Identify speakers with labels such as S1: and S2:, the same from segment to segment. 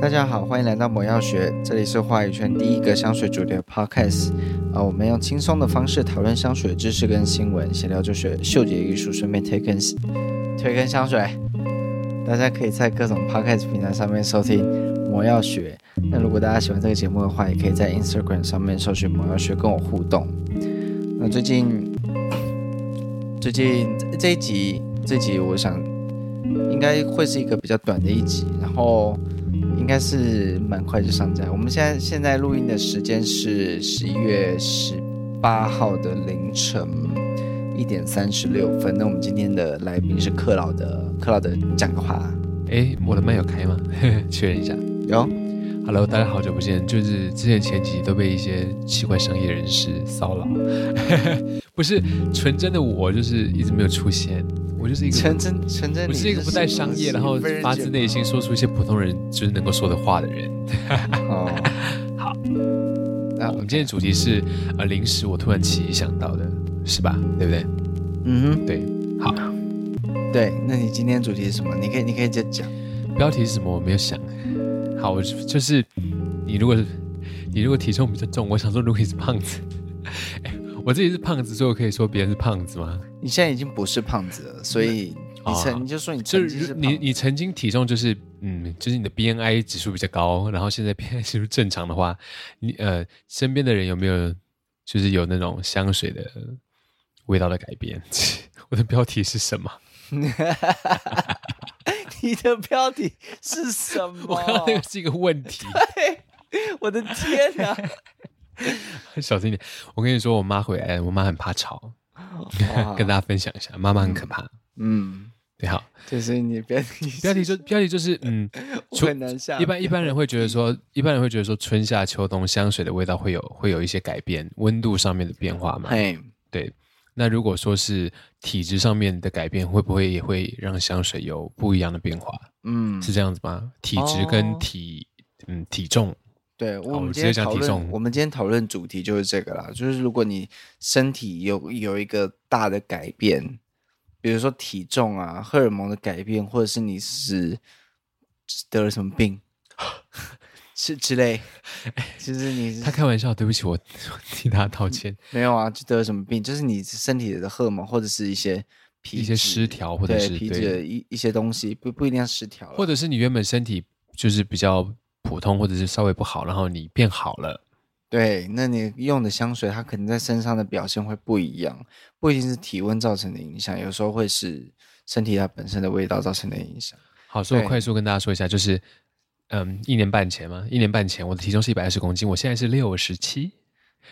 S1: 大家好，欢迎来到魔药学，这里是话语圈第一个香水主题的 podcast。啊，我们用轻松的方式讨论香水知识跟新闻，闲聊就学嗅觉艺术，顺便推坑推坑香水。大家可以在各种 podcast 平台上面收听魔药学。那如果大家喜欢这个节目的话，也可以在 Instagram 上面搜寻魔药学跟我互动。那最近最近这这一集这集，我想应该会是一个比较短的一集，然后。应该是蛮快就上架。我们现在现在录音的时间是十一月十八号的凌晨一点三十六分。那我们今天的来宾是克劳的，克劳的讲个话。
S2: 哎，我的麦有开吗？ 确认一下。
S1: 有
S2: Hello，大家好久不见。就是之前前几集都被一些奇怪商业人士骚扰， 不是纯真的我，就是一直没有出现。我就是一个
S1: 纯真纯真，
S2: 我是一个不带商业，然后发自内心说出一些普通人就是能够说的话的人。
S1: 哦。
S2: 好，
S1: 啊
S2: 我们今天的主题是呃，临时我突然奇想到的，是吧？对不对？
S1: 嗯
S2: 对，好，
S1: 哼，对。那你今天主题是什么？你可以你可以再讲。
S2: 标题是什么？我没有想。好，我就就是你如果你如果体重比较重，我想说，如果你是胖子，哎我自己是胖子，所以我可以说别人是胖子吗？
S1: 你现在已经不是胖子了，所以你曾、
S2: 哦
S1: 你就说你
S2: 就
S1: 曾经
S2: 是
S1: 是
S2: 你
S1: 胖子
S2: 你曾经体重就是嗯，就是你的 BMI 指数比较高，然后现在 BMI 指数正常的话，你呃身边的人有没有就是有那种香水的味道的改变？ 我的标题是什么？
S1: 你的标题是什么？
S2: 我刚刚那个是一个问题。
S1: 我的天啊哪、
S2: 小心一点。我跟你说，我妈回来，我妈很怕吵，
S1: 哇
S2: 跟大家分享一下，妈妈很可怕。
S1: 啊嗯，
S2: 对，好，
S1: 就是 你标题
S2: 标题就标题就是，
S1: 呃
S2: 嗯，
S1: 我很难下。
S2: 一般一般人会觉得
S1: 嗯
S2: 说，一般人会觉得说，春夏秋冬香水的味道会有会有一些改变，温度上面的变化嘛。
S1: 嘿，
S2: 对，那如果说是体质上面的改变，会不会也会让香水有不一样的变化？
S1: 嗯，
S2: 是这样子吗？体质跟
S1: 哦
S2: 体，嗯，体重，
S1: 对。我
S2: 好
S1: 们
S2: 我
S1: 今
S2: 直接
S1: 天
S2: 讲
S1: 讨
S2: 体
S1: 论，
S2: 重
S1: 我们今天讨论主题就是这个啦，就是如果你身体有有一个大的改变，比如说体重啊、荷尔蒙的改变，或者是你是得了什么病， 是之 类，其实你是
S2: 他开玩笑，对不起，我 我替他道歉。
S1: 没有啊，就得了什么病，就是你身体的荷尔蒙或者是一些皮
S2: 一
S1: 质
S2: 些失调或者
S1: 对
S2: 是
S1: 皮
S2: 对
S1: 质的一一些东西，不不一定要失调了，
S2: 或者是你原本身体就是比较普通，或者是稍微不好，然后你变好了，
S1: 对，那你用的香水，它可能在身上的表现会不一样，不一定是体温造成的影响，有时候会是身体它本身的味道造成的影响。
S2: 好，所以
S1: 对
S2: 我快速跟大家说一下，就是嗯，一年半前嘛，一年半前我的体重是一百二十公斤，我现在是六十七，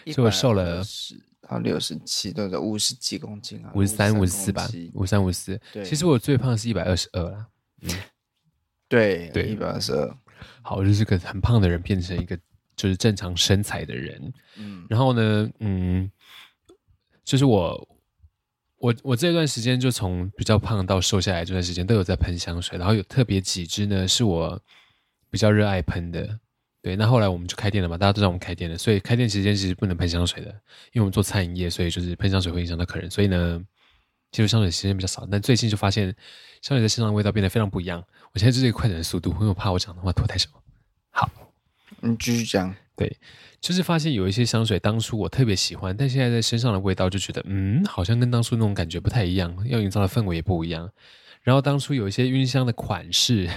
S2: 所以我瘦了
S1: 十到六十七，对不对？五十几公斤啊，
S2: 五十三、五十四
S1: 公
S2: 吧
S1: 斤，
S2: 五三、五四
S1: 对。
S2: 其实我最胖是一百二十二啦。
S1: 对，
S2: 对
S1: 一百二十二，
S2: 好，我就是个很胖的人，变成一个就是正常身材的人。
S1: 嗯
S2: 然后呢，嗯，就是我，我我这段时间就从比较胖到瘦下来这段时间都有在喷香水，然后有特别几支呢是我比较热爱喷的。对，那后来我们就开店了嘛，大家都知道我们开店了，所以开店期间其实不能喷香水的，因为我们做餐饮业，所以就是喷香水会影响到客人，所以呢，接触香水时间比较少。但最近就发现香水在身上的味道变得非常不一样。我现在就是一个快转的速度，因为我怕我讲的话拖太久。好，
S1: 你继续讲，
S2: 对，就是发现有一些香水，当初我特别喜欢，但现在在身上的味道就觉得，嗯，好像跟当初那种感觉不太一样，要营造的氛围也不一样。然后当初有一些晕香的款式，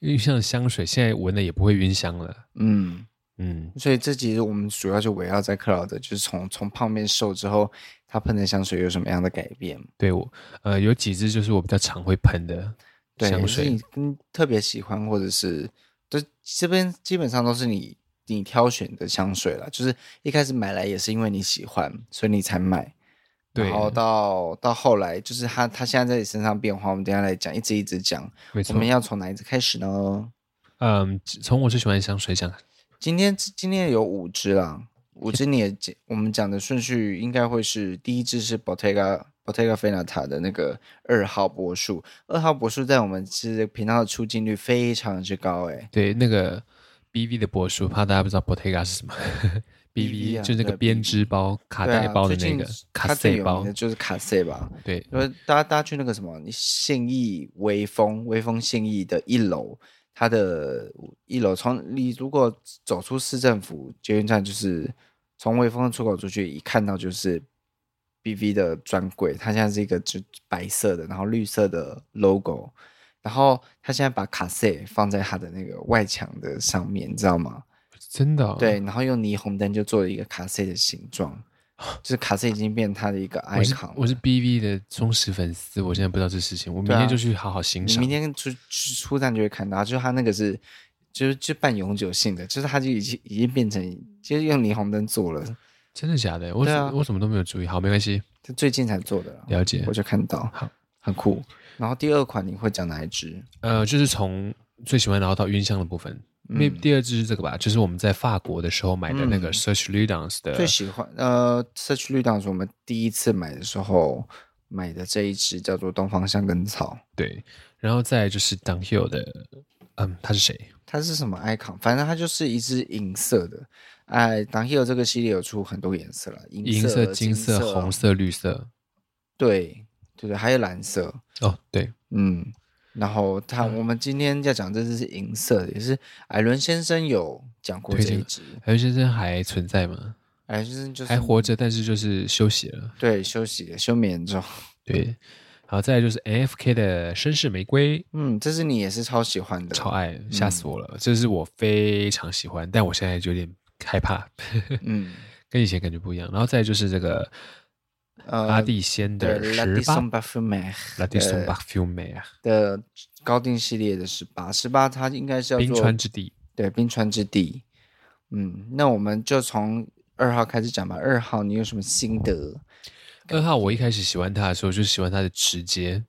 S2: 晕香的香水，现在闻了也不会晕香了。
S1: 嗯，
S2: 嗯，
S1: 所以这集我们主要就围绕在克劳德，就是从从胖变瘦之后，他喷的香水有什么样的改变？
S2: 对我，呃，有几支就是我比较常会喷的
S1: 对，
S2: 香
S1: 就是
S2: 水
S1: 你，跟特别喜欢或者是，就这边基本上都是你你挑选的香水啦，就是一开始买来也是因为你喜欢，所以你才买。
S2: 对
S1: 然后到到后来，就是它它现在在你身上变化，我们等一下来讲，一直一直讲。
S2: 没
S1: 我
S2: 错
S1: 们。要从哪一支开始呢？
S2: 嗯，从我最喜欢的香水讲，
S1: 今天今天有五支啦，五支你也讲，我们讲的顺序应该会是第一支是 Bottega Bottega Veneta 的那个二号柏树，二号柏树在我们这个频道的出镜率非常之高、欸，
S2: 对那个 BV 的博叔，怕大家不知道 Bottega 是什么
S1: BV 啊
S2: ，BV 就是那个
S1: 对
S2: 编织包、卡带包
S1: 对
S2: 的那
S1: 啊最
S2: 个
S1: 近
S2: 卡
S1: 它最
S2: 塞
S1: 有名
S2: 包
S1: 的，就是卡塞吧。
S2: 对，
S1: 因为大家大家去那个什么信义微风微风信义的一楼，它的一楼从你如果走出市政府捷运站，就是从威风的出口出去，一看到就是 BV 的专柜，它现在是一个就白色的，然后绿色的 logo，然后它现在把卡塞放在它的那个外墙的上面，你知道吗？
S2: 真的、哦、
S1: 对，，然后用霓虹灯就做了一个卡塞的形状，就是卡塞已经变它的一个
S2: 我是
S1: icon 了。
S2: 我是 BV 的忠实粉丝，我现在不知道这事情，我明
S1: 对啊
S2: 天就去好好欣
S1: 你
S2: 赏。
S1: 明天出出出站就会看到，就是它那个是，就是就半永久性的，就是它就已经已经变成，就是用霓虹灯做了，
S2: 真的假的？我
S1: 对
S2: 怎、
S1: 啊
S2: 我怎么都没有注意，好，没关系，
S1: 它最近才做的啦，
S2: 了解
S1: 我。就看到，
S2: 好，
S1: 很酷。然后第二款你会讲哪一支？
S2: 呃，就是从最喜欢然后到晕香的部分。
S1: 嗯
S2: 那、第二支是这个吧，就是我们在法国的时候买的那个 Search l u d a n c e 的，
S1: 最喜欢呃，社区绿档是我们第一次买的时候买的这一支叫做东方香根草，
S2: 对，然后再来就是 Downhill 的，嗯，他是谁？
S1: 它是什么 icon？反正它就是一支银色的。哎，当 hero 这个系列有出很多颜色了，银
S2: 银
S1: 色、
S2: 金
S1: 色、
S2: 色、红，色、绿色。
S1: 对对对，还有蓝色。
S2: 哦，对，
S1: 嗯，然后他、
S2: 嗯
S1: 我们今天要讲这只是银色的，也是艾伦先生有讲过
S2: 推
S1: 这
S2: 荐
S1: 一
S2: 过
S1: 只，
S2: 海先生还存在吗？
S1: 艾伦先生就是
S2: 还活着，但是就是休息了。
S1: 对休息休眠中，
S2: 对，好，再来就是 NFK 的绅士玫瑰，
S1: 嗯，这是你也是超喜欢的，嗯
S2: 超爱，吓死我了！这是我非常喜欢，但我现在有点害怕，
S1: 嗯
S2: 跟以前感觉不一样。然后再来就是这个
S1: 呃
S2: 阿蒂仙的
S1: 对，La d
S2: 十
S1: i s o
S2: 八
S1: n b a f u m e
S2: 拉蒂松巴 f u m e 啊，
S1: 的高定系列的十八，十八它应该是要
S2: 冰
S1: 做
S2: 川之地。
S1: 对冰川之地，嗯，那我们就从二号开始讲吧，二号你有什么心得？
S2: 二号，我一开始喜欢他的时候，就喜欢他的直接，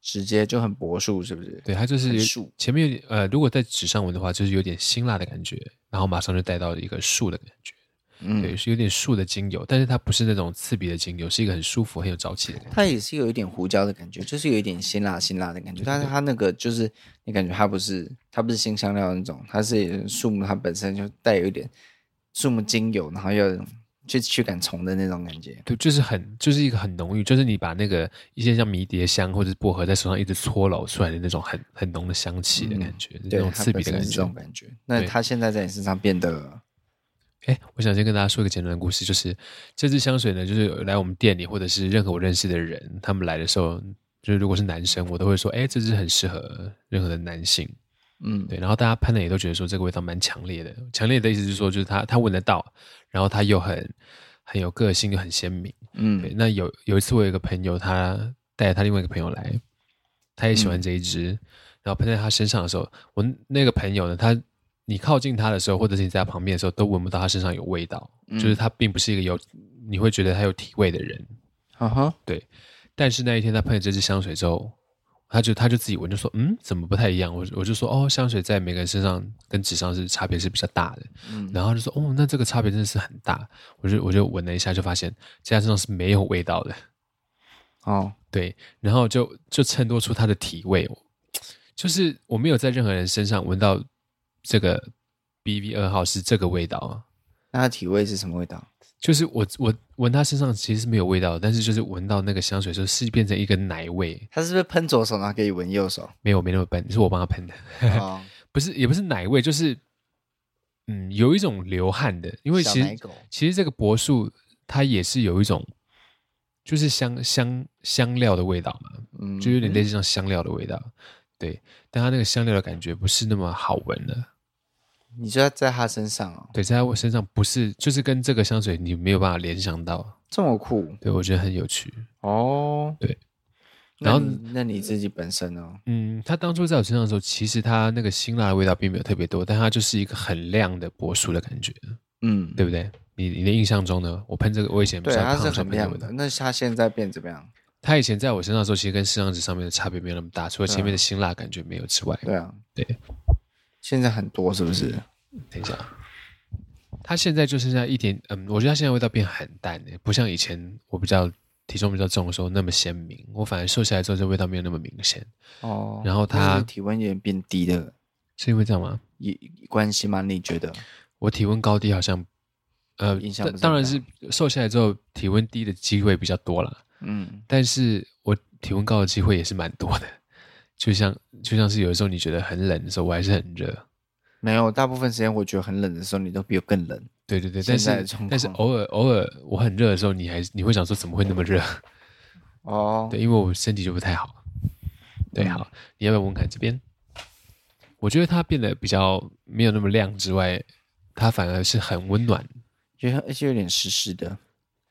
S1: 直接就很柏树是不是？
S2: 对，它啊就是
S1: 很
S2: 有
S1: 树
S2: 前面有点呃，如果在纸上纹的话，就是有点辛辣的感觉，然后马上就带到一个树的感觉，
S1: 嗯，
S2: 对，是有点树的精油，但是它不是那种刺鼻的精油，是一个很舒服、很有朝气的感觉。
S1: 它也是有一点胡椒的感觉，就是有一点辛辣辛辣的感觉，但是它那个就是你感觉它不是它不是新香料那种，它是树木它本身就带有一点树木精油，然后又去驱赶虫的那种感觉。
S2: 对，就是很，就是一个很浓郁，就是你把那个一些像迷迭香或者是薄荷在手上一直搓揉出来的那种很很浓的香气的感觉，那
S1: 对，
S2: 种
S1: 它
S2: 刺鼻
S1: 本
S2: 的
S1: 身
S2: 感
S1: 是这种
S2: 觉。
S1: 感觉。那
S2: 对
S1: 它现在在你身上变得，
S2: 哎，我想先跟大家说一个简短的故事，就是这支香水呢，就是来我们店里或者是任何我认识的人，他们来的时候，就是如果是男生，我都会说，哎，这支很适合任何的男性。
S1: 嗯，
S2: 对，然后大家喷了也都觉得说这个味道蛮强烈的，强烈的意思是说就是它它闻得到，然后它又很很有个性又很鲜明。对，
S1: 嗯，
S2: 那有有一次我有一个朋友，他带他另外一个朋友来，他也喜欢这一支，
S1: 嗯
S2: 然后喷在他身上的时候，我那个朋友呢，他你靠近他的时候，或者是你在他旁边的时候，都闻不到他身上有味道，
S1: 嗯
S2: 就是他并不是一个有你会觉得他有体味的人。
S1: 哈哈，
S2: 但是那一天他喷了这支香水之后，他就他就自己闻，就说嗯，怎么不太一样？我我就说哦，香水在每个人身上跟纸上是差别是比较大的。
S1: 嗯
S2: 然后他就说哦，那这个差别真的是很大。我就我就闻了一下，就发现这家身上是没有味道的。
S1: 哦，
S2: 对，然后就就衬托出它的体味，就是我没有在任何人身上闻到这个 BV 二号是这个味道啊。
S1: 那它体味是什么味道？
S2: 就是我我闻他身上其实是没有味道的，但是就是闻到那个香水的时候是变成一个奶味，
S1: 它是不是喷左手然后给你闻右 手？
S2: 没有，没那么笨，是我帮他喷的，
S1: 哦，
S2: 不是也不是奶味，就是嗯，有一种流汗的，因为
S1: 小
S2: 其
S1: 奶
S2: 实
S1: 狗
S2: 其实这个柏树它也是有一种就是香香香料的味道嘛，
S1: 嗯，
S2: 就有点类似像香料的味道，对，但它那个香料的感觉不是那么好闻的，
S1: 你就要在它身上哦，
S2: 对，在我身上不是，就是跟这个香水你没有办法联想到，
S1: 这么酷
S2: 对我觉得很有趣，
S1: 哦。
S2: 对，
S1: 那
S2: 然后
S1: 你那你自己本身呢？
S2: 嗯，它当初在我身上的时候，其实它那个辛辣的味道并没有特别多，但它就是一个很亮的柏树的感觉。
S1: 嗯，
S2: 对不对？你你的印象中呢？我喷这个，我以前
S1: 对，
S2: 在
S1: 它
S2: 胖
S1: 是
S2: 的时候
S1: 很
S2: 喷这个
S1: 亮
S2: 味道
S1: 的。。那它现在变怎么样？
S2: 它以前在我身上的时候，其实跟市场纸上面的差别没有那么大，除了前
S1: 啊
S2: 面的辛辣感觉没有之外，
S1: 对啊，
S2: 对。
S1: 现在很多是不是？
S2: 等一下，它现在就剩下一点，嗯，我觉得它现在味道变很淡诶，不像以前我比较体重比较重的时候那么鲜明。我反而瘦下来之后，这味道没有那么明显，
S1: 哦，
S2: 然后
S1: 它
S2: 它
S1: 体温有点变低的
S2: 是因为这样吗？
S1: 也关系吗？你觉得？
S2: 我体温高低好像，呃
S1: 影响不，是很
S2: 当然
S1: 大
S2: 是瘦下来之后体温低的机会比较多啦。
S1: 嗯，
S2: 但是我体温高的机会也是蛮多的，就像就像是有的时候你觉得很冷的时候，我还是很热。
S1: 没有，大部分时间我觉得很冷的时候，你都比我更冷。
S2: 对对对，但
S1: 现在的
S2: 是
S1: 状况
S2: 但是偶尔偶尔我很热的时候，你还是你会想说怎么会那么热？
S1: 哦，
S2: 对，因为我身体就不太好。对，
S1: 嗯
S2: 好，你要不要文凯这边？我觉得它变得比较没有那么亮之外，它反而是很温暖。
S1: 觉得而且有点湿湿的。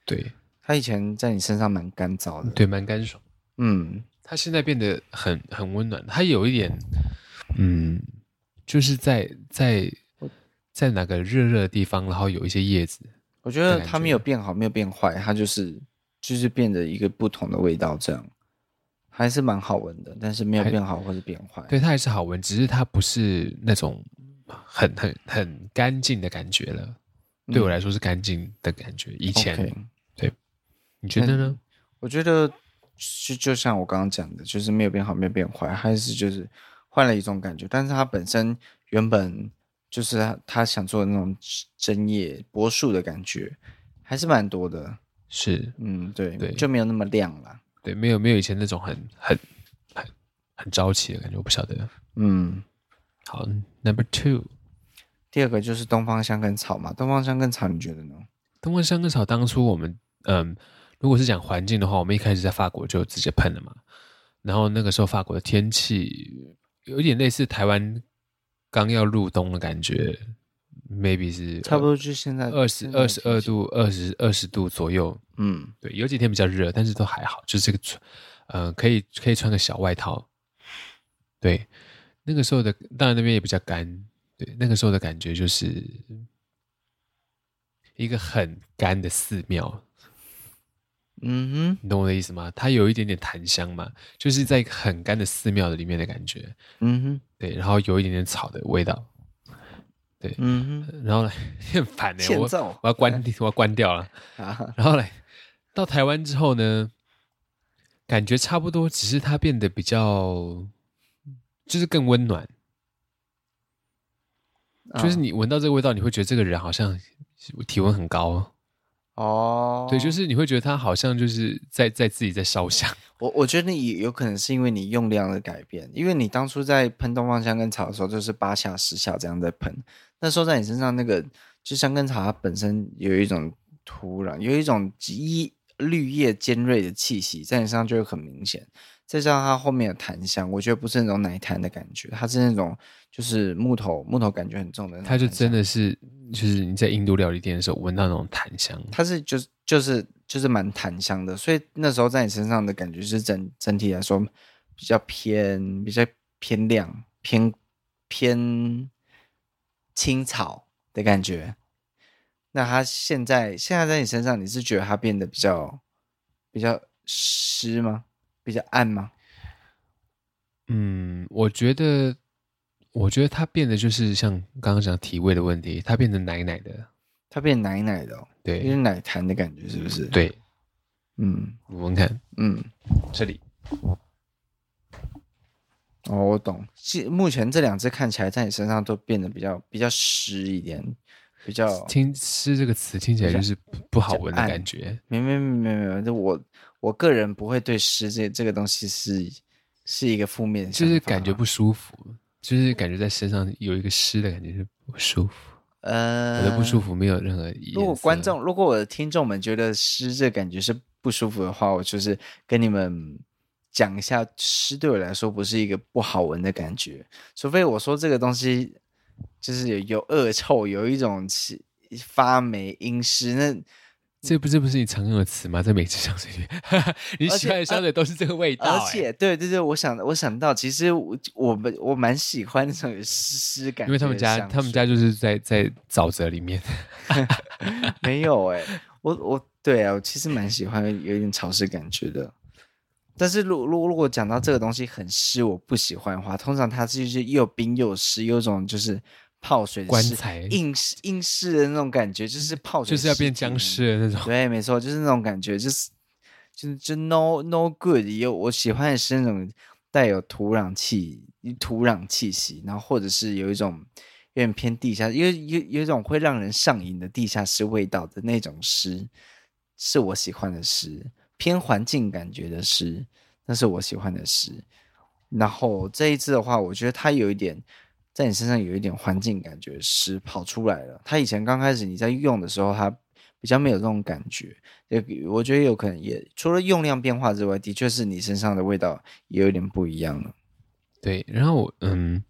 S2: 对
S1: 它以前在你身上蛮干燥的。，
S2: 对，蛮干爽。
S1: 嗯，
S2: 它现在变得很很温暖，它有一点，嗯，就是在在在哪个热热的地方，然后有一些叶子，
S1: 我觉
S2: 的
S1: 得
S2: 感
S1: 它没有变好，没有变坏，它就是就是变得一个不同的味道，这样还是蛮好闻的，但是没有
S2: 还
S1: 变好或者变坏。
S2: 对，它还是好闻，只是它不是那种很很很干净的感觉了。对我来说是干净的感觉。以前
S1: 嗯 OK
S2: 你觉得呢
S1: 嗯？我觉得就就像我刚刚讲的，就是没有变好，没有变坏，还是就是换了一种感觉。但是它本身原本就是他他想做的那种针叶柏树的感觉，还是蛮多的。
S2: 是
S1: 嗯，对，
S2: 对
S1: 就没有那么亮了。
S2: 对，没有没有以前那种很很很很朝气的感觉，我不晓得。
S1: 嗯，
S2: 好，Number Two，
S1: 第二个就是东方香根草嘛，东方香根草你觉得呢？
S2: 东方香根草，当初我们嗯，如果是讲环境的话，我们一开始在法国就直接喷了嘛。然后那个时候法国的天气有一点类似台湾刚要入冬的感觉，maybe 是
S1: 差不多就是现在
S2: 二十二十二，度、二十二十度左右。
S1: 嗯，
S2: 对，有几天比较热，但是都还好，就是这个穿，呃，可以可以穿个小外套。对，那个时候的当然那边也比较干，对，那个时候的感觉就是一个很干的寺庙，
S1: 嗯
S2: 你懂我的意思吗？它有一点点檀香嘛，就是在一个很干的寺庙的里面的感觉，
S1: 哼，嗯哼，
S2: 对，然后有一点点草的味道，
S1: 嗯哼，
S2: 然后呢， 很烦呢、
S1: 欠
S2: 呃我
S1: 揍
S2: 我要关我要关掉了。
S1: 啊，
S2: 然后嘞，到台湾之后呢，感觉差不多，只是它变得比较，就是更温暖。
S1: 啊
S2: 就是你闻到这个味道，你会觉得这个人好像体温很高哦，
S1: 哦，
S2: 对，就是你会觉得他好像就是在在自己在烧香，
S1: 我我觉得你有可能是因为你用量的改变，因为你当初在喷东方香根草的时候，就是八下十下这样在喷，那时候在你身上那个就香根草它本身有一种土壤，有一种极绿叶尖锐的气息，在你身上就会很明显。再加上它后面有檀香，我觉得不是那种奶檀的感觉，它是那种就是木头木头感觉很重的那种
S2: 他
S1: 檀
S2: 就
S1: 香。
S2: 真的是就是你在印度料理店的时候闻到那种檀香，
S1: 它是就是就是就是蛮檀香的，所以那时候在你身上的感觉是整整体来说比较偏比较偏亮偏偏青草的感觉。那它现在现在在你身上，你是觉得它变得比较比较湿吗？比较暗吗？
S2: 嗯，我觉得，我觉得它变得就是像刚刚讲体味的问题，它变得奶奶的，
S1: 它变奶奶的、哦，有
S2: 对
S1: 点奶痰的感觉，是不是？，
S2: 对，
S1: 嗯
S2: 你闻看
S1: 嗯，
S2: 这里，
S1: 哦，我懂。是目前这两只看起来在你身上都变得比较比较湿一点，比较
S2: 听“吃”这个词听起来就是不不好闻的
S1: 暗
S2: 感觉。
S1: 没没没没没，就我我个人不会对湿这这个东西是是一个负面的想
S2: 就
S1: 法，啊
S2: 是感觉不舒服，就是感觉在身上有一个湿的感觉，是不舒服，
S1: 呃
S2: 觉得不舒。服，没有任何意。
S1: 如果观众，如果我的听众们觉得湿这感觉是不舒服的话，我就是跟你们讲一下，湿对我来说不是一个不好闻的感觉，除非我说这个东西就是有有恶臭，有一种气发霉阴湿，那
S2: 这不这不是你常用的词吗？在每支香水里， 你喜欢的香水都是这个味道、
S1: 而
S2: 哎
S1: 且，对对对，我想我想到，其实我我们我蛮喜欢那种有湿湿感
S2: 因
S1: 觉的
S2: 为
S1: 香水，
S2: 他们家他们家就是在在沼泽里面，
S1: 没有哎、我我对啊，我其实蛮喜欢有一点潮湿感觉的。但是如如如果讲到这个东西很湿，我不喜欢的话，通常它就是又冰又湿，有一种就是泡水的
S2: 棺
S1: 湿
S2: 材
S1: 硬湿硬湿的那种感觉，就是泡水
S2: 就是要
S1: 尸
S2: 变
S1: 体
S2: 僵
S1: 那种
S2: 尸的那种。
S1: 对，没错，就是那种感觉，就是就就 no no good。也有我喜欢的是那种带有土壤气、土壤气息，然后或者是有一种有点偏地下，有有有一种会让人上瘾的地下室味道的那种诗，是我喜欢的诗，偏环境感觉的诗，那是我喜欢的诗。然后这一支的话，我觉得它有一点在你身上有一点环境感觉是跑出来了。它以前刚开始你在用的时候，它比较没有这种感觉。也我觉得有可能也除了用量变化之外，的确是你身上的味道也有点不一样了。
S2: 对，然后我嗯，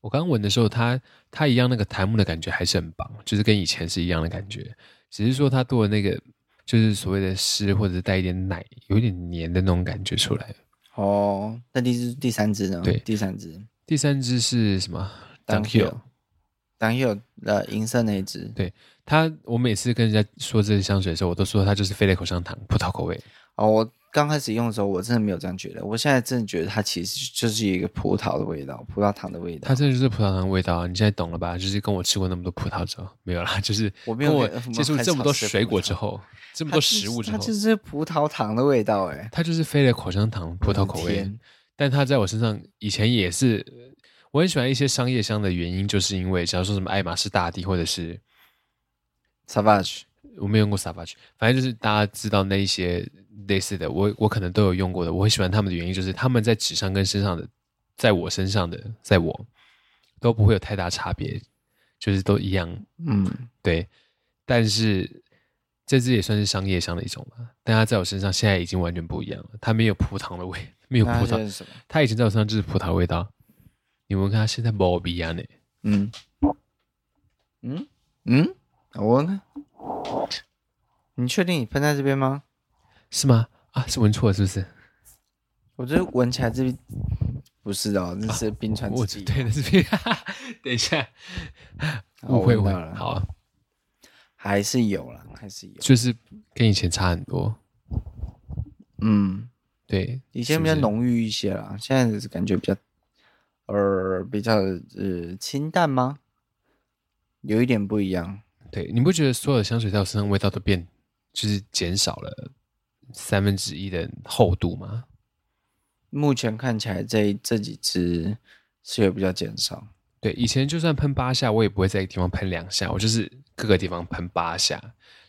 S2: 我刚闻的时候，它它一样那个檀木的感觉还是很棒，就是跟以前是一样的感觉，只是说它多了那个就是所谓的湿或者是带一点奶，有一点黏的那种感觉出来了。
S1: 哦，那第支第三支呢？
S2: 对
S1: 第三支
S2: 第三支是什么 d u n k i l
S1: Dunhill 呃银色那一支
S2: 它我每次跟人家说这支香水的时候，我都说它就是飞来口香糖葡萄口味。
S1: 哦，我刚开始用的时候我真的没有这样觉得，我现在真的觉得它其实就是一个葡萄的味道，葡萄糖的味道
S2: 它。这就是葡萄糖的味道啊！你现在懂了吧？就是跟我吃过那么多葡萄之后，没有啦，就是
S1: 我没
S2: 跟
S1: 有
S2: 我
S1: 跟我们
S2: 接触
S1: 很
S2: 这么
S1: 少
S2: 多
S1: 吃
S2: 水
S1: 葡
S2: 果
S1: 萄
S2: 之后，这么
S1: 它
S2: 多
S1: 就是
S2: 食物之
S1: 它
S2: 后，
S1: 就是葡萄糖的味道哎，
S2: 它就是飞了口香糖葡萄口味
S1: 嗯甜。
S2: 但它在我身上以前也是，我很喜欢一些商业香的原因，就是因为假如说什么爱马仕大地，或者是
S1: Savage
S2: 我没有用过 Savage，反正就是大家知道那一些类似的，我我可能都有用过的。我很喜欢他们的原因就是他们在纸上跟身上的，在我身上的，在我都不会有太大差别，就是都一样。
S1: 嗯，
S2: 对，但是这支也算是商业香的一种吧，但它在我身上现在已经完全不一样了，它没有葡萄的味，没有葡
S1: 那它
S2: 萄
S1: 现在，是什么？
S2: 它以前在我身上就是葡萄味道。你闻看，它现在不一样呢。
S1: 嗯嗯嗯，我呢？你确定你喷在这边吗？
S2: 是吗？啊，是闻错了是不是？
S1: 我觉得闻起来这边不是的哦，那是冰川
S2: 我
S1: 之
S2: 只
S1: 地。
S2: 对的是冰。 等一下，
S1: 哦
S2: 误会
S1: 我
S2: 我
S1: 闻到了
S2: 好啊，
S1: 还是有啦，还是有。
S2: 就是跟以前差很多。
S1: 嗯，
S2: 对，
S1: 以前比较浓郁一些啦，现在是感觉比较，呃，比较呃清淡吗？有一点不一样。
S2: 对，你不觉得所有的香水在我身上味道都变，就是减少了三分之一的厚度吗？
S1: 目前看起来这这几支是有比较减少。
S2: 对，以前就算喷八下，我也不会在一个地方喷两下，我就是各个地方喷八下。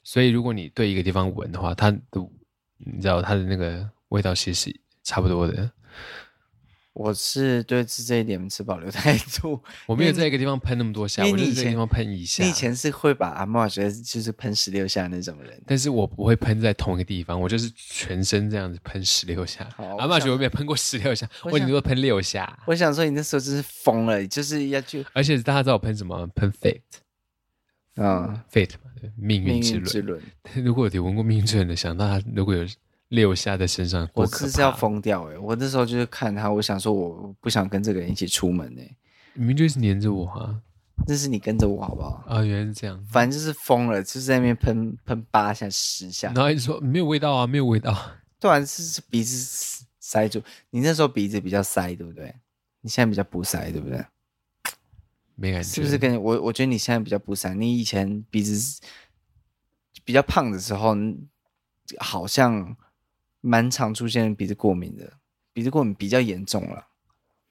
S2: 所以如果你对一个地方闻的话，它的你知道它的那个味道其实是差不多的。
S1: 我是对这这一点持保留态度。
S2: 我没有在一个地方喷那么多下，
S1: 因
S2: 我
S1: 为
S2: 就
S1: 你
S2: 是
S1: 以
S2: 在一个
S1: 前
S2: 地方喷一下
S1: 你以。前是会把阿莫觉得就是喷十六下那种人，
S2: 但是我不会喷在同一个地方，我就是全身这样子喷十六下
S1: 好。
S2: 阿
S1: 我
S2: 妈
S1: 想
S2: 觉得我没有喷过十六下，
S1: 我
S2: 我顶
S1: 想
S2: 多喷六下。
S1: 我想说你那时候真是疯了，就是要去
S2: 而且大家知道我喷什么？喷 fate，fate
S1: 啊、
S2: 嘛，对嗯命
S1: 命
S2: 运之
S1: 运之
S2: 轮。
S1: 轮，
S2: 如果有闻过命运之轮的，想到他如果有六下在身上，多
S1: 我真
S2: 可怕！哦
S1: 是要疯掉哎、我那时候就是看他，我想说我不想跟这个人一起出门哎、
S2: 明明就是黏着我啊！
S1: 那是你跟着我好不好？
S2: 啊，原来是这样。
S1: 反正就是疯了，就是在那边喷喷八下十下
S2: 然，后一直说没有味道啊，没 有味道。
S1: 突然是是鼻子塞住。你那时候鼻子比较塞，对不对？你现在比较不塞，对不对？
S2: 没感觉，
S1: 是不是跟我？我觉得你现在比较不塞，你以前鼻子比较胖的时候，嗯好像蛮常出现鼻子过敏的，鼻子过敏比较严重了，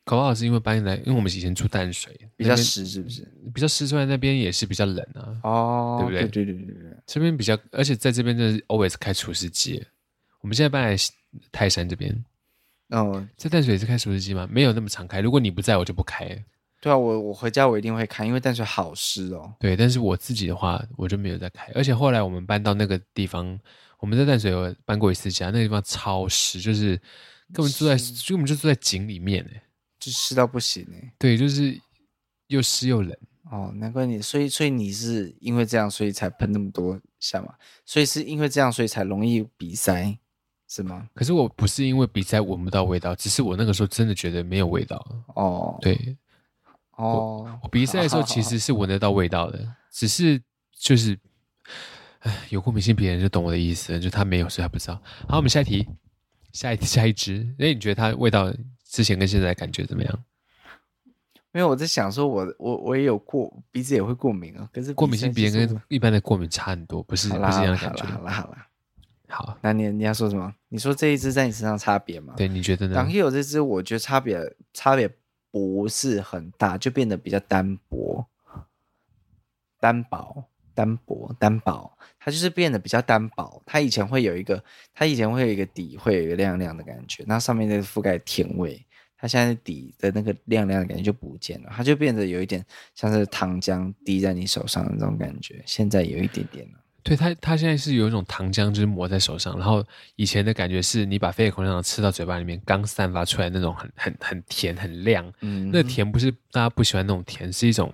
S2: 搞不好是因为搬进来，因为我们以前住淡水，
S1: 比较
S2: 那边
S1: 湿，是不是？
S2: 比较湿，之外那边也是比较冷啊。
S1: 哦，
S2: 对不对
S1: 对对对对对。
S2: 这边比较，而且在这边真的是 always 开除湿机。我们现在搬来泰山这边，
S1: 哦，
S2: 在淡水也是开除湿机吗？没有那么常开。如果你不在，我就不开。
S1: 对啊，我我回家我一定会看，因为淡水好湿哦。
S2: 对，但是我自己的话，我就没有在开。而且后来我们搬到那个地方，我们在淡水有搬过一次家，那个地方超湿，就是根本住在根本就住在井里面哎、
S1: 就湿到不行哎、
S2: 对，就是又湿又冷。
S1: 哦，难怪你，所以所以你是因为这样，所以才喷那么多下嘛？所以是因为这样，所以才容易鼻塞，是吗？
S2: 可是我不是因为鼻塞闻不到味道，只是我那个时候真的觉得没有味道。
S1: 哦，，
S2: 对
S1: 哦，
S2: 我鼻塞的 时候其实是闻得到味道的，只是就是，唉，有过敏性鼻炎就懂我的意思了，就他没有，所以他不知道。好，我们下一题，下一题下一支，那你觉得它味道之前跟现在感觉怎么样？
S1: 没有我在想说我，我我也有过鼻子也会过敏啊，可是
S2: 过敏
S1: 鼻塞
S2: 性鼻炎
S1: 其实
S2: 跟一般的过敏差很多，不是
S1: 我
S2: 不
S1: 好
S2: 是
S1: 啦
S2: 一样的
S1: 好
S2: 感
S1: 啦好啦好
S2: 觉。
S1: 啦，
S2: 好，
S1: 那你你要说什么？你说这一支在你身上差别吗？
S2: 对，你觉得呢
S1: 朗？有这支，我觉得差别差别不是很大，就变得比较单薄、单薄、单薄、单薄。它就是变得比较单薄。它以前会有一个，它以前会有一个底，会有一个亮亮的感觉，那上面的覆盖甜味。它现在底的那个亮亮的感觉就不见了，它就变得有一点像是糖浆滴在你手上的那种感觉，现在有一点点了。
S2: 对它，它现在是有一种糖浆，就是抹在手上，然后以前的感觉是你把飞野口香糖吃到嘴巴里面，刚散发出来那种很很很甜很亮，
S1: 嗯，
S2: 那甜不是大家不喜欢那种甜，是一种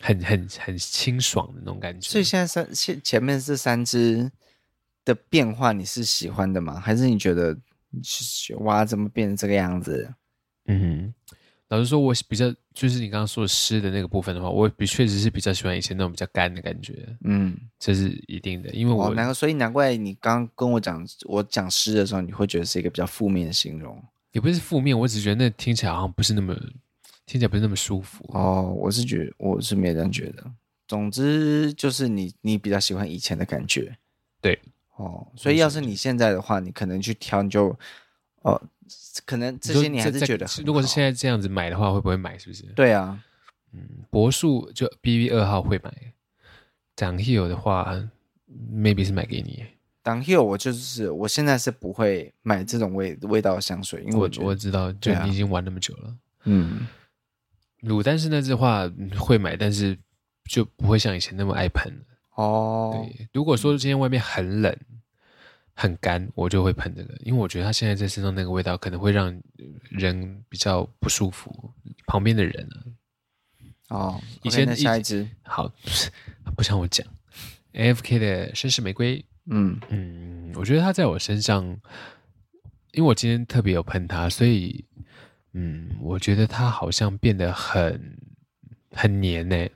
S2: 很很很清爽的那种感觉。
S1: 所以现在三前前面这三只的变化，你是喜欢的吗？还是你觉得哇，怎么变成这个样子？
S2: 嗯哼，老实说，我比较就是你刚刚说的湿的那个部分的话，我比确实是比较喜欢以前那种比较干的感觉，
S1: 嗯，
S2: 这是一定的，因为我、
S1: 哦，难怪，所以难怪你刚刚跟我讲我讲诗的时候，你会觉得是一个比较负面的形容。
S2: 也不是负面，我只是觉得那听起来好像不是那么听起来不是那么舒服。
S1: 哦，我是觉得我是没有这样觉得。总之就是你你比较喜欢以前的感觉，
S2: 对，
S1: 哦，所以要是你现在的话，你可能去挑你就哦，可能这
S2: 说
S1: 些你还是
S2: 在
S1: 觉得很
S2: 如果是
S1: 好
S2: 现在这样子买的话，会不会买？是不是？
S1: 对啊，
S2: 嗯，柏树就 BB 二号会买，长 Hill 的话，maybe 是买给你。
S1: 当 hill 我就是我现在是不会买这种味味道的香水，因为
S2: 我
S1: 觉
S2: 我
S1: 得
S2: 知道，就
S1: 对啊
S2: 你已经玩那么久了。
S1: 嗯
S2: 卤蛋是那只的话嗯会买，但是就不会像以前那么爱喷了。
S1: 哦，
S2: 对，如果说今天外面很冷、很干，我就会喷这个，因为我觉得它现在在身上那个味道可能会让呃人比较不舒服，旁边的人啊。
S1: 哦，
S2: 以
S1: OK，
S2: 前
S1: 那
S2: 以
S1: 下一支
S2: 好，不像我讲，AFK 的绅士玫瑰，
S1: 嗯
S2: 嗯，我觉得它在我身上，因为我今天特别有喷它，所以嗯，我觉得它好像变得很很黏呢、欸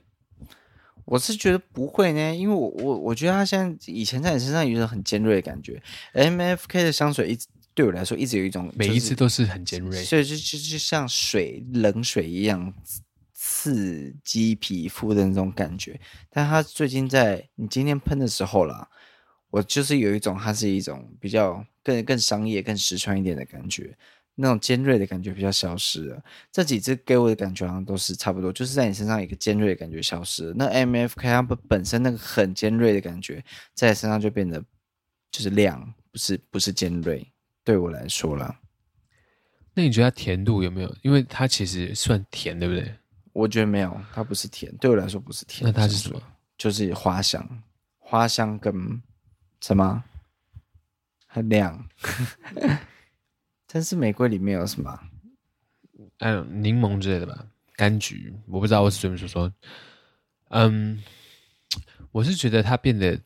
S1: 我是觉得不会呢，因为我我我觉得它现在以前在你身上有一种很尖锐的感觉，M F K 的香水一直对我来说一直有一种
S2: 每一次都是很尖
S1: 就是
S2: 锐。
S1: 所以就就就像水冷水一样刺刺激皮肤的那种感觉，但它最近在你今天喷的时候啦，我就是有一种它是一种比较更更商业、更实穿一点的感觉，那种尖锐的感觉比较消失了。这几支给我的感觉好像都是差不多，就是在你身上一个尖锐的感觉消失了。那 M F K 它本本身那个很尖锐的感觉，在你身上就变得就是亮，不是不是尖锐。对我来说啦，
S2: 那你觉得它甜度有没有？因为它其实算甜，对不对？
S1: 我觉得没有，它不是甜，对我来说不是甜。
S2: 那它是什么？
S1: 就是花香，花香跟什么？很亮。 真是玫瑰里面有什么啊？
S2: 嗯，柠檬之类的吧，柑橘，我不知道，我只随便说说。嗯，我是觉得它变得，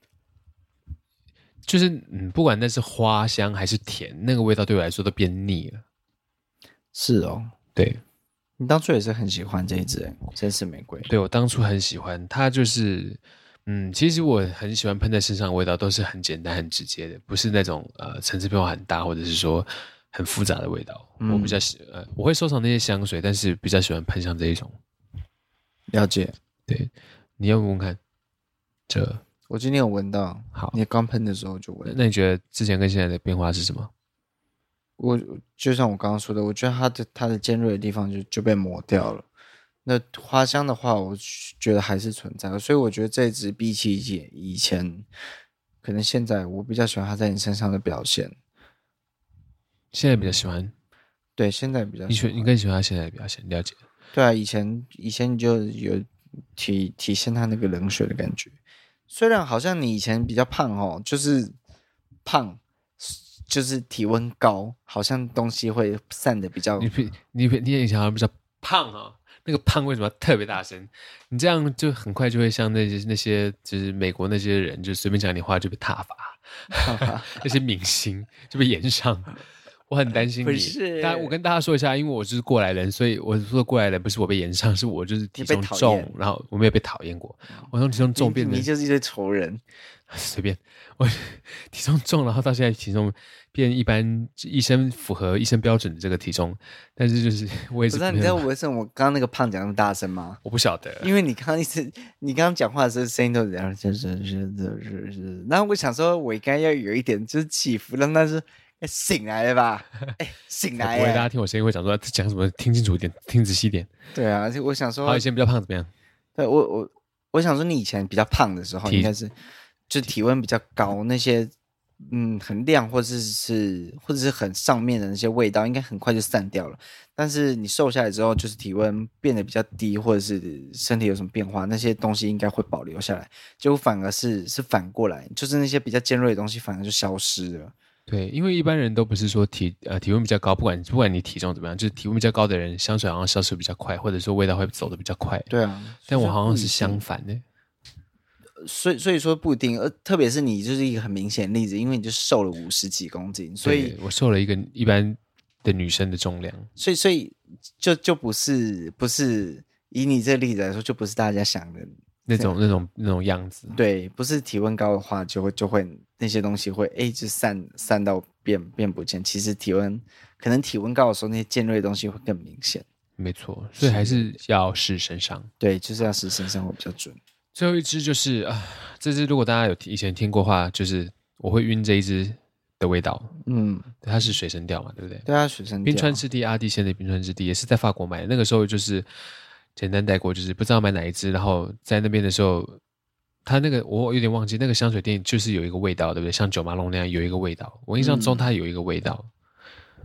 S2: 就是嗯，不管那是花香还是甜，那个味道对我来说都变腻了。
S1: 是哦，
S2: 对，
S1: 你当初也是很喜欢这一支欸，真是玫瑰。
S2: 对我当初很喜欢它，就是嗯，其实我很喜欢喷在身上的味道，都是很简单、很直接的，不是那种呃层次变化很大，或者是说很复杂的味道。我比较喜呃，我会收藏那些香水，但是比较喜欢喷香这一种。
S1: 了解，
S2: 对，你要不问看这
S1: 我今天有闻到，
S2: 好？
S1: 你刚喷的时候就闻
S2: 那
S1: 到。
S2: 那你觉得之前跟现在的变化是什么？
S1: 我就像我刚刚说的，我觉得它的它的尖锐的地方就就被磨掉了。那花香的话，我觉得还是存在的，所以我觉得这一支比起以前，可能现在我比较喜欢它在你身上的表现。
S2: 现在比较喜欢
S1: 对，现在比较
S2: 你
S1: 喜
S2: 喜
S1: 欢
S2: 你更喜欢他现在的表现，了解。
S1: 对啊，以前以前你就有体体现它那个冷水的感觉，虽然好像你以前比较胖哦，就是胖，就是体温高，好像东西会散的比较
S2: 你比你比你以前好像比较胖啊、那个胖为什么要特别大声？你这样就很快就会像那些那些就是美国那些人，就随便讲点话就被踏伐， 那些明星就被延上。我很担心
S1: 不
S2: 你，
S1: 是
S2: 大我跟大家说一下，因为我就是过来人，所以我说过来人不是我被延上，是我就是
S1: 你
S2: 体
S1: 被
S2: 重
S1: 讨
S2: 重
S1: 厌，哦
S2: 然后我没有被讨厌过，我从体重重
S1: 你
S2: 变成
S1: 你就是一堆仇人。
S2: 随便，我 体重重，然后到现在体重变一般，医生符合医生标准的这个体重，但是就是我也
S1: 不
S2: 是
S1: 知道
S2: 没
S1: 你
S2: 有
S1: 知道为什么我刚刚那个胖讲那么大声 吗？
S2: 我不晓得，
S1: 因为你刚刚一直，你刚刚讲话的时候声音都是这样，就是是是是是。然后我想说，我应该要有一点就是起伏，让他是哎醒来了 吧？哎，醒
S2: 我
S1: 来
S2: 不会大
S1: 了
S2: 家。听我声音会想说他讲什么，听清楚一点，听仔细一点。
S1: 对啊，而且我想说
S2: 好，，以前比较胖怎么样？
S1: 对我我我想说，你以前比较胖的时候，
S2: 体
S1: 应该是就体温比较高，那些嗯很亮，或者是是或者是很上面的那些味道，应该很快就散掉了。但是你瘦下来之后，就是体温变得比较低，或者是身体有什么变化，那些东西应该会保留下来。结果反而是是反过来，就是那些比较尖锐的东西反而就消失了。
S2: 对，因为一般人都不是说体呃体温比较高，不管不管你体重怎么样，就是体温比较高的人，香水好像消失比较快，或者说味道会走的比较快。
S1: 对啊，
S2: 但我好像是
S1: 想。
S2: 相反的、
S1: 所以所以说不一定，呃，特别是你就是一个很明显的例子，因为你就瘦了五十几公斤，所以
S2: 对我瘦了一个一般的女生的重量。
S1: 所以所以就就不是不是以你这个例子来说，就不是大家想的，
S2: 那种那种那种样子，
S1: 对，不是体温高的话就会就会那些东西会哎就散散到变变不见，其实体温可能体温高的时候那些尖锐的东西会更明显，
S2: 没错，所以还是要试身上。
S1: 对，就是要实身上会比较准，
S2: 最后一支就是啊，这支如果大家有听以前听过的话，就是我会晕这一支的味道，
S1: 嗯，
S2: 它是水生调嘛，对不对？
S1: 对啊，学生
S2: 冰川之地阿蒂仙的冰川之地也是在法国买的，那个时候就是简单带过，就是不知道买哪一支，然后在那边的时候，它那个我有点忘记，那个香水店就是有一个味道，对不对？像九马龙那样有一个味道，我印象中它有一个味道，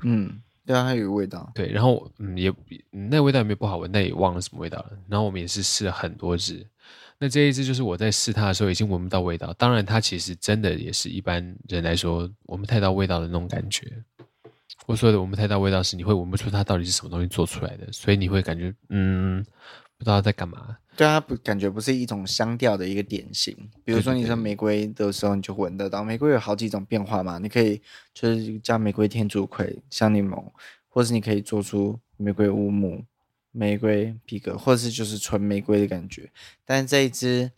S1: 嗯，对啊，它有个味道，
S2: 对，然后嗯也嗯那味道也没有不好闻，但也忘了什么味道了。然后我们也是试了很多支，那这一支就是我在试它的时候已经闻不到味道，当然它其实真的也是一般人来说闻不太到味道的那种感觉。我说的闻不太到味道是你会闻不出它到底是什么东西做出来的，所以你会感觉嗯不知道它在干嘛。
S1: 对啊它不感觉不是一种香调的一个典型。比如说
S2: 对对
S1: 你说玫瑰的时候，你就闻得到，玫瑰有好几种变化嘛，你可以就是加玫瑰天竺葵、香柠檬，或是你可以做出玫瑰乌木、玫瑰皮革，或者是就是纯玫瑰的感觉。但是这一支，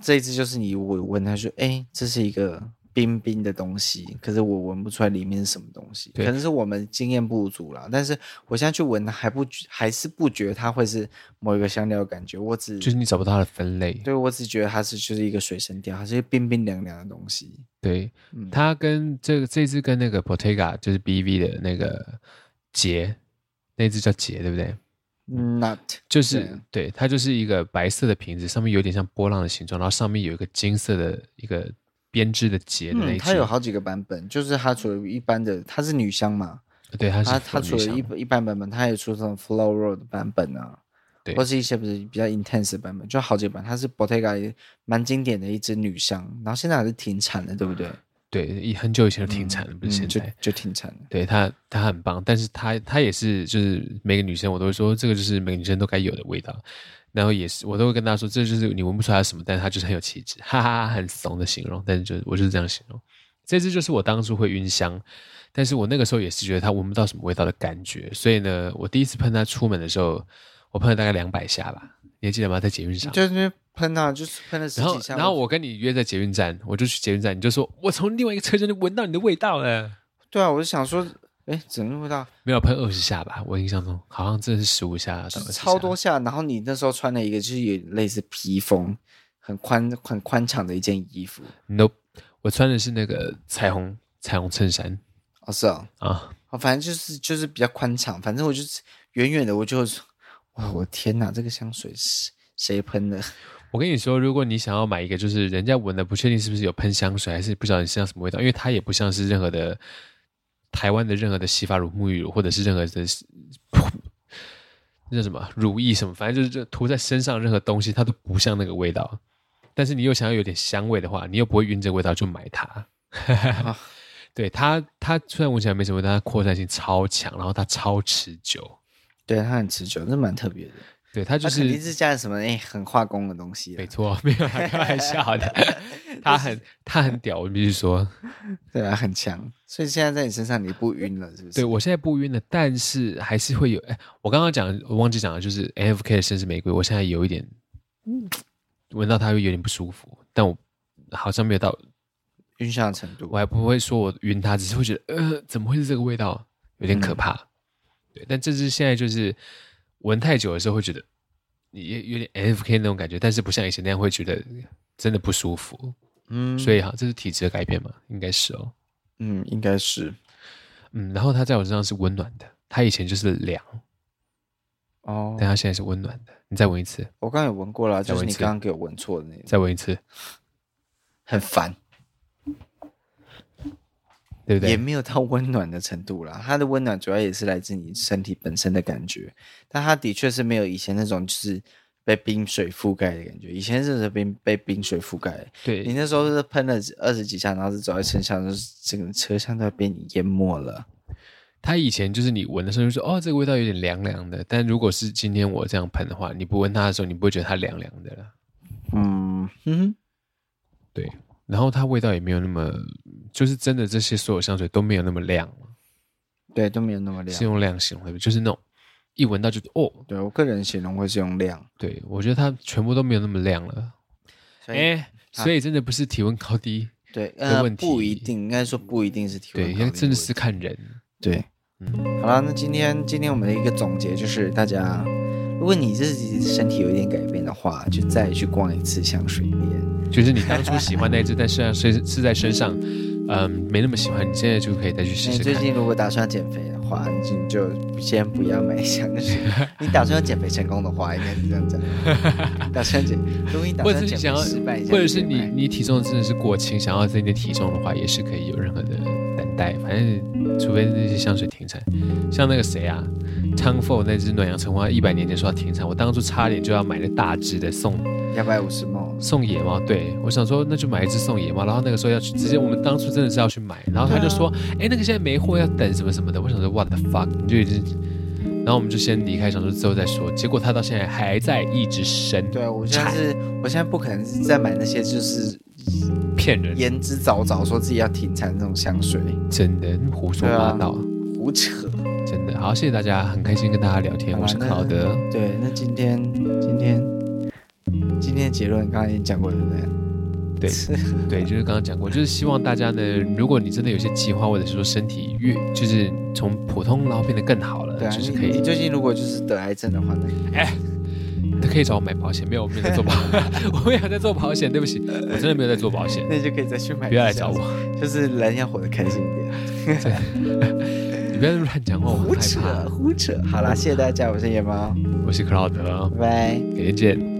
S1: 这一支就是你我闻它说，哎，这是一个。冰冰的东西，可是我闻不出来里面是什么东西，可
S2: 对
S1: 能是我们经验不足啦。但是我现在去闻，它还不觉还是不觉得它会是某一个香料的感觉，我只
S2: 就是你找不到它的分类。
S1: 嗯对我只觉得它是就是一个水生调，它是一个冰冰凉凉的东西。
S2: 对，
S1: 嗯
S2: 它跟这个这支跟那个 Bottega 就是 BV 的那个杰，那支叫杰，对不对？
S1: Not
S2: 就是对它就是一个白色的瓶子，上面有点像波浪的形状，然后上面有一个金色的一个编织的结的那
S1: 嗯，
S2: 一
S1: 它
S2: 只。
S1: 有好几个版本，就是它除了一般的，它是女香嘛，
S2: 对，它是
S1: 它它
S2: 妇女
S1: 除了
S2: 香
S1: 一一般版本，它也出这种 floral 的版本啊，
S2: 对
S1: 或是一些不是比较 intense 的版本，就好几版。它是 Bottega 也蛮经典的一支女香，然后现在还是停产了，对不对？
S2: 对，一很久以前就停产了，不是
S1: 嗯
S2: 现
S1: 就
S2: 在。
S1: 就停产了。
S2: 对它，它很棒，但是它它也是就是每个女生我都会说，这个就是每个女生都该有的味道。然后也是我都会跟她说，这就是你闻不出来什么，但是它就是很有气质，哈哈，哈，很怂的形容，但是就是我就是这样形容。这支就是我当初会晕香，但是我那个时候也是觉得它闻不到什么味道的感觉，所以呢，我第一次喷它出门的时候，我喷了大概两百下吧，你还记得吗？在捷运上，
S1: 就是喷它，就是喷了十
S2: 然后
S1: 几下。
S2: 然后我跟你约在捷运站，我就去捷运站，你就说我从另外一个车厢就闻到你的味道了。
S1: 对啊，我就想说，哎，怎么那么味道？
S2: 没有喷二十下吧？我印象中好像呃真的是十五下到
S1: 就是
S2: 20下
S1: 超多。下，然后你那时候穿了一个就是有点类似披风，很宽很宽敞的一件衣服。
S2: Nope，我穿的是那个彩虹彩虹衬衫
S1: 哦，是哦，
S2: 啊，
S1: 哦反正就是就是比较宽敞，反正我就是远远的我就说，哇，我天哪，这个香水是谁喷的？
S2: 我跟你说，如果你想要买一个，就是人家闻的不确定是不是有喷香水，还是不晓得你身上什么味道，因为它也不像是任何的台湾的任何的洗发乳、沐浴乳，或者是任何的那叫什么乳液什么，反正就是这涂在身上任何东西，它都不像那个味道。但是你又想要有点香味的话，你又不会晕这个味道，就买它。
S1: 啊
S2: 对它，它虽然闻起来没什么味道，但它扩散性超强，然后它超持久。
S1: 对，它很持久，这蛮特别的。
S2: 对，它就
S1: 它
S2: 是
S1: 肯定是加了什么哎很化工的东西啊啦
S2: 没错，没有啦开玩笑的。他很他很屌，我必须说，
S1: 对啊，很强。所以现在在你身上你不晕了，是不是？
S2: 对我现在不晕了，但是还是会有。哎，我刚刚讲，我忘记讲了，就是 F K 的绅士玫瑰，我现在有一点嗯闻到它会有点不舒服，但我好像没有到，
S1: 晕香的程度
S2: 我。还不会说我晕它，只是会觉得呃，怎么会是这个味道，有点可怕。对，但这支现在就是闻太久的时候会觉得也有点 F K 那种感觉，但是不像以前那样会觉得真的不舒服。
S1: 嗯，
S2: 所以哈，这是体质的改变嘛，应该是哦。
S1: 嗯，应该是
S2: 嗯，然后它在我身上是温暖的，它以前就是凉，
S1: 哦
S2: 但。它现在是温暖的。你再闻一次，
S1: 我刚刚有闻过了，
S2: 啊再
S1: 就是
S2: 闻一
S1: 你
S2: 次
S1: 刚刚给我闻错的那个，
S2: 再闻一次，
S1: 很烦。
S2: 对不
S1: 也
S2: 对？
S1: 没有到温暖的程度啦。它的温暖主要也是来自你身体本身的感觉，但它的确是没有以前那种就是被冰水覆盖的感觉。以前是被被冰水覆盖，你
S2: 对
S1: 那时候是喷了二十几下，然后是走在车厢，就是整个车厢都要被你淹没了。
S2: 它以前就是你闻的时候就说哦，这个味道有点凉凉的，但如果是今天我这样喷的话，你不闻它的时候，你不会觉得它凉凉的了。
S1: 嗯嗯，
S2: 对，然后它味道也没有那么，就是真的这些所有香水都没有那么亮，
S1: 对，都没有那么亮
S2: 是。用亮形容的，就是那种一闻到就哦，
S1: 对我个人形容会是用亮，
S2: 对我觉得它全部都没有那么亮了。
S1: 所以、
S2: 哎，所以真的不是体温高低，
S1: 对
S2: 的
S1: 呃
S2: 问题
S1: 不一定，应该说不一定是体
S2: 对，
S1: 温
S2: 因
S1: 高
S2: 为
S1: 低
S2: 真的
S1: 不一
S2: 是看人。
S1: 对，
S2: 嗯
S1: 好啦，那今天今天我们的一个总结就是，大家如果你自己身体有一点改变的话，就再去逛一次香水店。
S2: 就是你当初喜欢那一只，但是身是在 身上，嗯，没那么喜欢，你现在就可以再去试
S1: 那你
S2: 试
S1: 哎最
S2: 看。
S1: 近如果打算减肥的话，你就你就先不要买香 水。你打算减肥成功的话，应该是这样 讲。打算减，如果你打
S2: 或者
S1: 算
S2: 是你
S1: 减
S2: 想
S1: 肥
S2: 要
S1: 失败，，
S2: 或者是
S1: 你
S2: 你
S1: 想减肥
S2: 你体重真的是过轻，想要增加体重的话，也是可以有任何的担待。反正除非那些香水停产，像那个谁啊，汤 f 那只暖阳橙花一百年前说要停产，我当初差点就要买那大只的送
S1: 两百五十梦，
S2: 送野猫，对我想说那就买一只送野猫，然后那个时候要去，直接我们当初真的是要去买，然后他就说，
S1: 嗯
S2: 哎、那个现在没货，要等什么什么的，我想说 what the fuck，你就已经，然后我们就先离开，想说之后再说，结果他到现在还在一直生，
S1: 对啊我现在是，我现在不可能是在买那些就是
S2: 骗人，
S1: 言之凿凿说自己要停产那种香水，
S2: 真的
S1: 啊
S2: 胡说八道，
S1: 胡扯。
S2: 真的，好，谢谢大家，很开心跟大家聊天，
S1: 好啦
S2: 我是克劳德，
S1: 对，哎那今天今天今天的结论刚刚已经讲过了，对不对？
S2: 对 对，就是刚刚讲过，就是希望大家呢，如果你真的有些计划，或者是说身体越就是从普通然后变得更好了，
S1: 对啊，
S2: 就是可
S1: 你
S2: 以
S1: 你最近如果就是得癌症的话，那 你
S2: 可以找我买保险，没有，我没有在做保， 我没有在做保险，对不起，我真的没有在做保险，
S1: 那你就可以再去买。
S2: 不要来找，我，
S1: 就是人要活得开心一点。
S2: 你不要乱讲哦话，我很
S1: 胡
S2: 害
S1: 扯
S2: 怕。
S1: 胡扯！好啦，谢谢大家，我是野猫，
S2: 我是克劳德，
S1: 拜拜。
S2: 改天见。